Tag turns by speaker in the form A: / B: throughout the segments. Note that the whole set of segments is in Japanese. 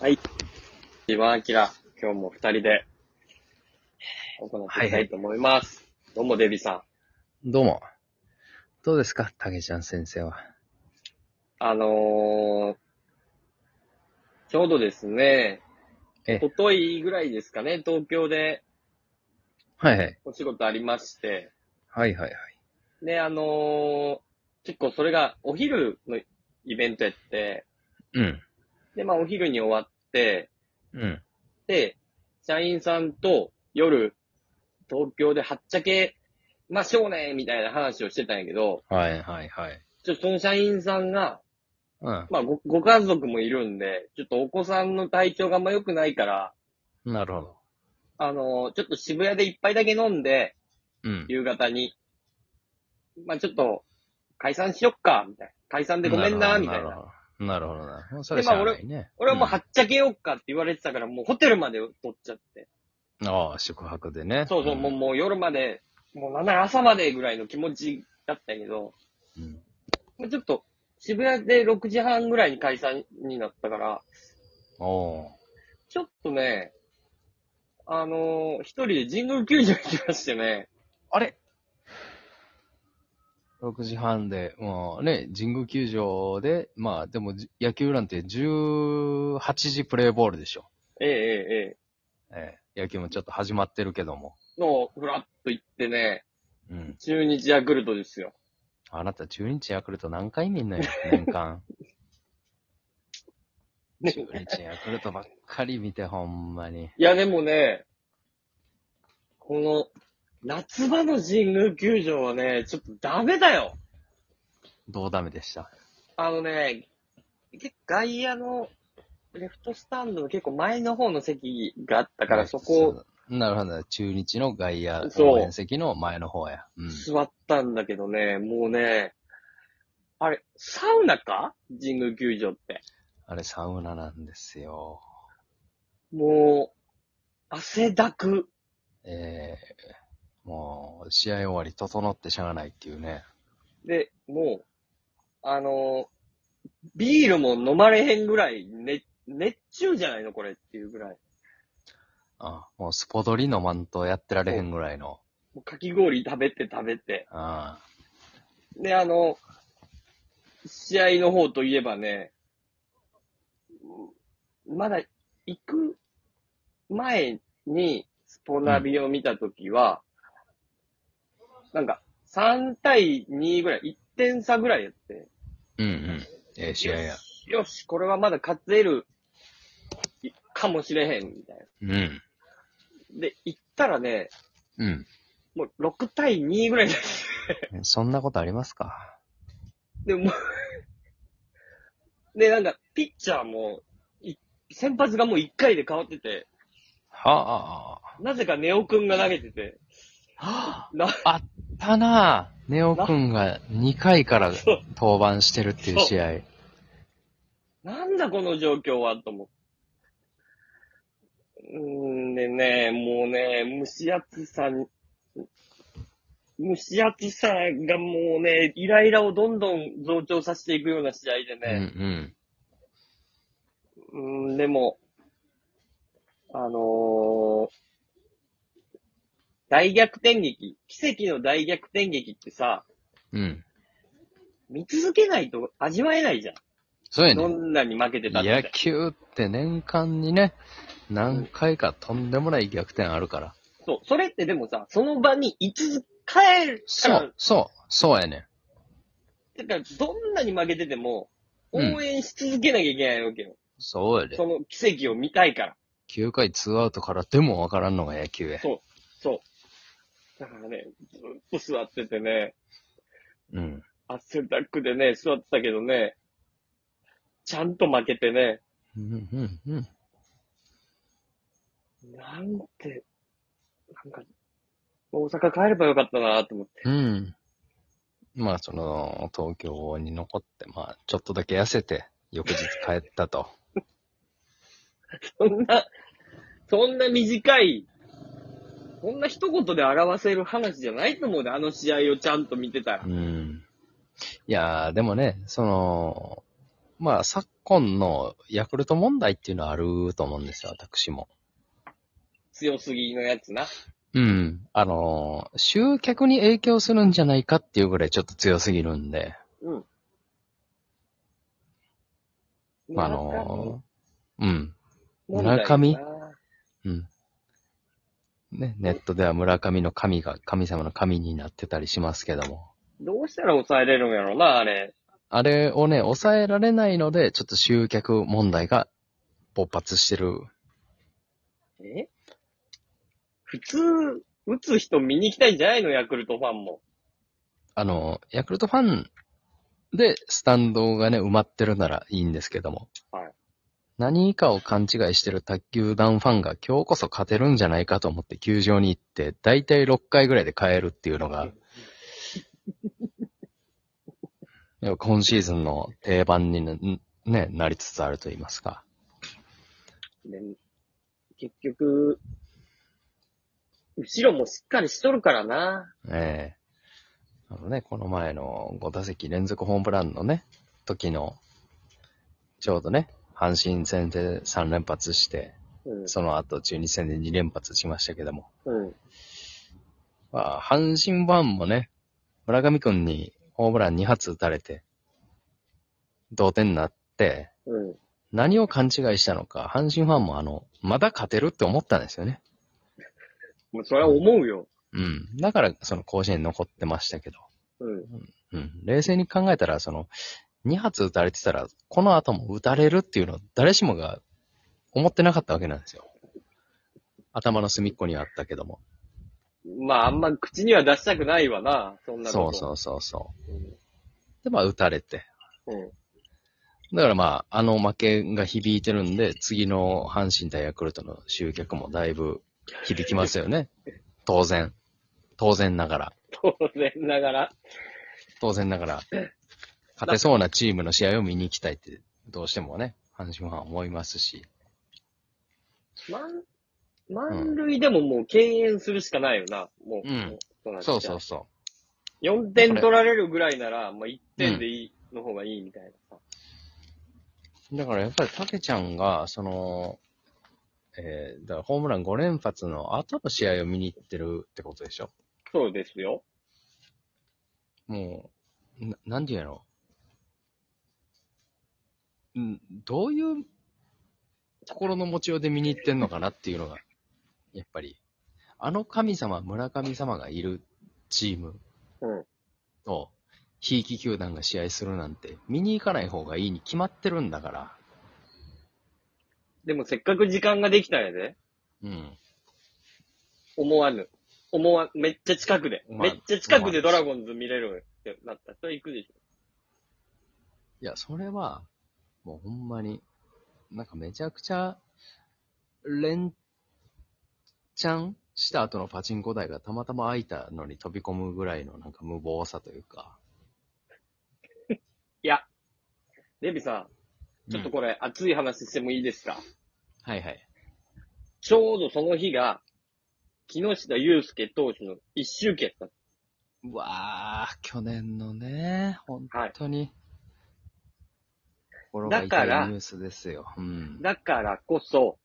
A: はい。一番アキラ、今日も二人で行っていきたいと思います。どうもデビさん。
B: どうも。どうですか竹ちゃん先生は。
A: あのー、ちょうどですね、
B: え
A: おといぐらいですかね、東京で
B: はいはい。
A: お仕事ありまして、
B: はいはいはい。
A: で、あのー、結構それがお昼のイベントやって、
B: うん。
A: で、まあお昼に終わって、
B: うん。
A: で、社員さんと夜、東京ではっちゃけましょうねみたいな話をしてたんやけど、
B: はいはいはい。
A: ちょっとその社員さんが、
B: う
A: まあご、ご家族もいるんで、ちょっとお子さんの体調があんま良くないから、
B: ん。なるほど。
A: あのーちょっと渋谷で一杯だけ飲んで、
B: うん。
A: 夕方に、まあちょっと、解散しよっか、みたいな。解散でごめんな、みたいな。。
B: なるほどなるほど。なるほど。それしゃあないね。
A: 俺はもうは
B: は、
A: っちゃけよっかって言われてたから、もうホテルまで取っちゃって。
B: ああ、宿泊でね。
A: そうそう、もう、もう夜まで、もうなんなら朝までぐらいの気持ちだったんやけど、
B: うん。
A: まあちょっと、渋谷で6時半ぐらいに解散になったから、
B: おー
A: ちょっとね、あのー一人で神宮球場行きましてね、
B: あれ ?6 時半で、もうね、神宮球場で、まあでもじ野球なんて18時プレイボールでしょ。
A: えええええ
B: ええ。野球もちょっと始まってるけども。
A: えの、ふらっと行ってね、
B: うん。
A: 中日ヤクルトですよ。
B: あなた中日ヤクルト何回見んのよ、年間。
A: ね
B: 中日ヤクルトばっかり見て、ほんまに。
A: いや、でもね、この、夏場の神宮球場はね、ちょっとダメだよ。
B: どうダメでした
A: あのね、結構外野の、レフトスタンドの結構前の方の席があったから、そこを
B: そうなるほど。中日の外野
A: そう
B: 応援席の前の方や。うん。
A: 座ったんだけどね、もうね、あれ、サウナか神宮球場って。
B: あれサウナなんですよ。
A: もう、汗だく。
B: ええもう、試合終わり整ってしゃがないっていうね。
A: で、もう、あの、ビールも飲まれへんぐらい、ね、熱中じゃないのこれっていうぐらい。
B: あもうスポドリのマントやってられへんぐらいの。
A: もうかき氷食べて食べて。
B: あ
A: で、あの、試合の方といえばね、うんまだ行く前にスポナビを見たときは、なんか3対2ぐらい、1点差ぐらいやって、
B: うんうん。ええ試合や。
A: よし、これはまだ勝てるかもしれへん、みたい
B: うん。
A: な。で、行ったらね、
B: うん。
A: もう6対2ぐらいだった
B: そんなことありますか
A: でもうで、なんか、ピッチャーも、い先発がもう1回で変わってて、
B: はあ。
A: なぜかネオくんが投げてて、
B: は
A: な、
B: あ、あったなぁ。ネオくんが2回から
A: そう
B: 登板してるっていう試合。
A: なんだこの状況は、と思って。うーん、でね、もうね、蒸し暑さに、蒸し暑さがもうね、イライラをどんどん増長させていくような試合で
B: う
A: ね、
B: ん
A: うーん、でも、あのー大逆転劇、奇跡の大逆転劇ってさ、
B: うん。うん。
A: 見続けないと味わえないじゃん。
B: そうや
A: ど
B: ね。
A: んなに負けてたっ
B: 野
A: て。
B: 球って年間にね、何回かとんでもない逆転あるから。
A: そう、それってでもさ、その場に居続帰るか
B: そ
A: ら
B: う、、そう、そうやね。
A: だからどんなに負けてても、応
B: うん
A: 援し続けなきゃいけないわけよ。
B: そうやで
A: そ。の奇跡を見たいから。
B: 9回2アウトからでもわからんのが野球や。
A: そう。だからね、ずっと座っててね、
B: うん。
A: 汗だくでね、座ってたけどね、ちゃんと負けてね、
B: うん、うん、うん。
A: なんて、なんか、大阪帰ればよかったなと思って。
B: うん。まあ、その、東京に残って、まあ、ちょっとだけ痩せて、翌日帰ったと。
A: そんな、そんな短い、そんな一言で表せる話じゃないと思うで、あの試合をちゃんと見てたら
B: う。ん。いやー、でもね、その、まあ、昨今のヤクルト問題っていうのはあると思うんですよ、私も。
A: 強すぎのやつな。
B: うん。あのー集客に影響するんじゃないかっていうぐらいちょっと強すぎるんで、
A: うん。
B: まあ、あのーうん。
A: 村上問
B: 村上
A: 題だな
B: うん。ね、ネットでは村上の神が神様の神になってたりしますけども。
A: どうしたら抑えれるんやろうな、あれ。
B: あれをね、抑えられないので、ちょっと集客問題が勃発してる。
A: え普通、打つ人見に行きたいんじゃないのヤクルトファンも。
B: あの、ヤクルトファンでスタンドがね、埋まってるならいいんですけども。
A: はい
B: 何かを勘違いしてる卓球団ファンが今日こそ勝てるんじゃないかと思って球場に行って、だいたい6回ぐらいで帰るっていう のが、でも今シーズンの定番にね、ねなりつつあると言いますか。
A: でも結局、後ろもしっかりしとるからな。
B: ええあのね、この前の5打席連続ホームランのね、時の、ちょうどね、阪神戦で3連発して、
A: うん。
B: その後中日戦で2連発しましたけども。
A: うん。
B: まあ、阪神ファンもね、村上くんにホームラン2発打たれて、同点になって、
A: うん。
B: 何を勘違いしたのか、阪神ファンもあの、まだ勝てるって思ったんですよね。
A: もうそれは思うよ。
B: うん。だから、その甲子園残ってましたけど。
A: うん。
B: うん。冷静に考えたら、その、2発打たれてたら、この後も打たれるっていうのを誰しもが思ってなかったわけなんですよ。頭の隅っこにあったけども。
A: まあ、あんま口には出したくないわな、そんな
B: そ
A: こ
B: う
A: と。
B: そうそうそう。
A: うん。
B: で、まあ、打たれて。
A: うん。
B: だからまあ、あの負けが響いてるんで、次の阪神対ヤクルトの集客もだいぶ響きますよね。当然。当然ながら。
A: 当然ながら。
B: 当然ながら。勝てそうなチームの試合を見に行きたいって、どうしてもね、阪神ファンは思いますし。
A: 満、満塁でももう敬遠するしかないよな。もう。
B: うん
A: そう
B: そうそ
A: そ
B: うそう。
A: う。4点取られるぐらいなら、まあ1点でいい、の方がいいみたいなさ。
B: だからやっぱりタケちゃんが、その、えー、だからホームラン5連発の後の試合を見に行ってるってことでしょ
A: そうですよ。
B: もう、な、なんて言うやろうん、どういう心の持ちようで見に行ってんのかなっていうのが、やっぱり、あの神様、村神様がいるチーム
A: うん。
B: と、ひいき球団が試合するなんて、見に行かない方がいいに決まってるんだから、
A: でもせっかく時間ができたんやで。
B: うん。
A: 思わぬ。思わ、めっちゃ近くで。
B: まあ
A: めっちゃ近くでドラゴンズ見れるってなった人行くでし
B: いや、それは、もうほんまに、なんかめちゃくちゃ、連チャンした後のパチンコ台がたまたま開いたのに飛び込むぐらいのなんか無謀さというか。
A: ょ。いや。デビさん、ちょっと
B: うん
A: これ熱い話してもいいですか、
B: はいはい。
A: ちょうどその日が、木下祐介投手の一周期やった。
B: うわー、去年のね、本当に。心が痛
A: だから
B: いニュースですよ。うん。
A: だからこそ、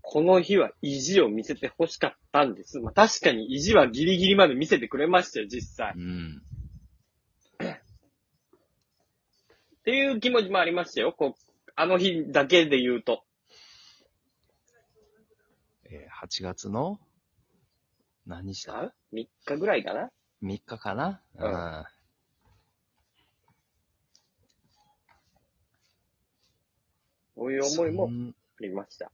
A: この日は意地を見せて欲しかったんです。まあ、確かに意地はギリギリまで見せてくれましたよ、実際。
B: うん。
A: っていう気持ちもありましたよ。こう、あの日だけで言うと。
B: えー8月の、何日だ
A: ?3 日ぐらいかな
B: ?3 日かな
A: うん
B: うん
A: そういう思いも
B: そん
A: ありました。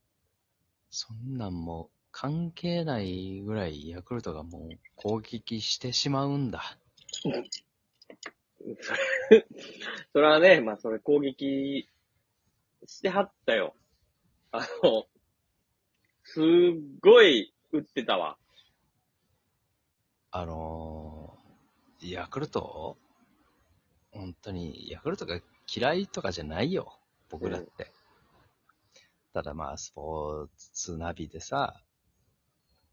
B: そんなんもう関係ないぐらいヤクルトがもう攻撃してしまうんだ。
A: それはね、まあそれ攻撃してはったよ。あの、すっごい打ってたわ。
B: あのー、ヤクルト本当にヤクルトが嫌いとかじゃないよ。僕だって。ただまあスポーツナビでさ、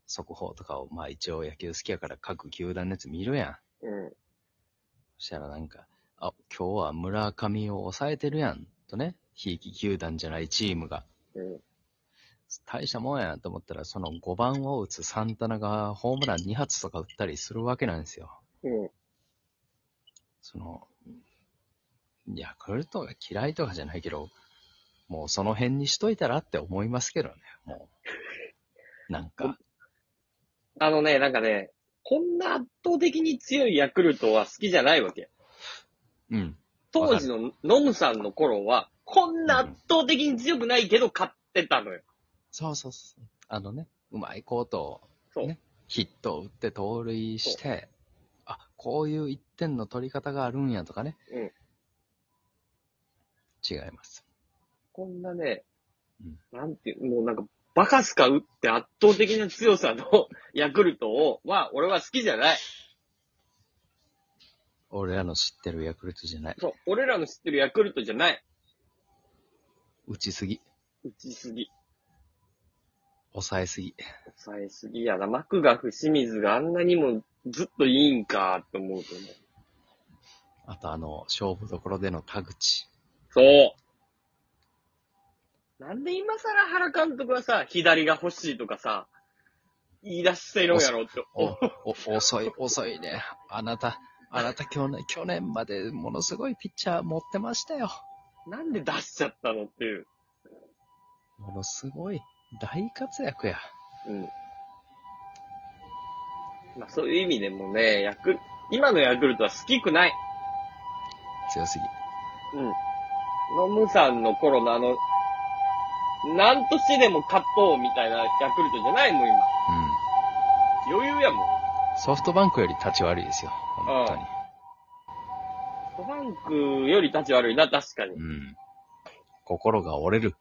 B: 速報とかをまあ一応野球好きやから各球団のやつ見るやん。
A: うん。
B: そしたらなんか、あ、今日は村上を抑えてるやんとね、ひいき球団じゃないチームが。
A: うん。
B: 大したもんやなと思ったら、その5番を打つサンタナがホームラン2発とか打ったりするわけなんですよ。
A: うん。
B: その、ヤクルトが嫌いとかじゃないけど、もうその辺にしといたらって思いますけどね、もう。なん か、
A: あのね、なんかね、こんな圧倒的に強いヤクルトは好きじゃないわけ。
B: うん。
A: 当時のノムさんの頃は、こんな圧倒的に強くないけど勝ってたのよ。
B: そうそうそう。あのね、うまいコートを
A: そう。
B: ねヒットを打って盗塁して、あ、こういう1点の取り方があるんやとかね。
A: うん
B: 違います。
A: こんなね
B: うん、
A: なんていう、もうなんか、バカスカ打って圧倒的な強さのヤクルトを、は、俺は好きじゃない。
B: 俺らの知ってるヤクルトじゃない。
A: そう。俺らの知ってるヤクルトじゃない。
B: 打ちすぎ、
A: 打ちすぎ。
B: 抑えすぎ。
A: 抑えすぎやな。マクガフ、清水があんなにもずっといいんかって思うとね。
B: あとあの、勝負どころでの田口。
A: そう。なんで今更原監督はさ、左が欲しいとかさ、言い出してるんやろって。
B: お、 お、遅い、遅いね。あなた、あなた去年、去年までものすごいピッチャー持ってましたよ。
A: なんで出しちゃったのっていう。
B: ものすごい、大活躍や。
A: うん。まあそういう意味でもね、ヤクル、今のヤクルトは好きくない。
B: 強すぎ。
A: うん。ノムさんの頃のあの、なんとしてでも勝とうみたいなヤクルトじゃないもん今。
B: うん。
A: 余裕やもん。
B: ソフトバンクより立ち悪いですよ。本当に。
A: ソフトバンクより立ち悪いな、確かに。
B: うん。心が折れる。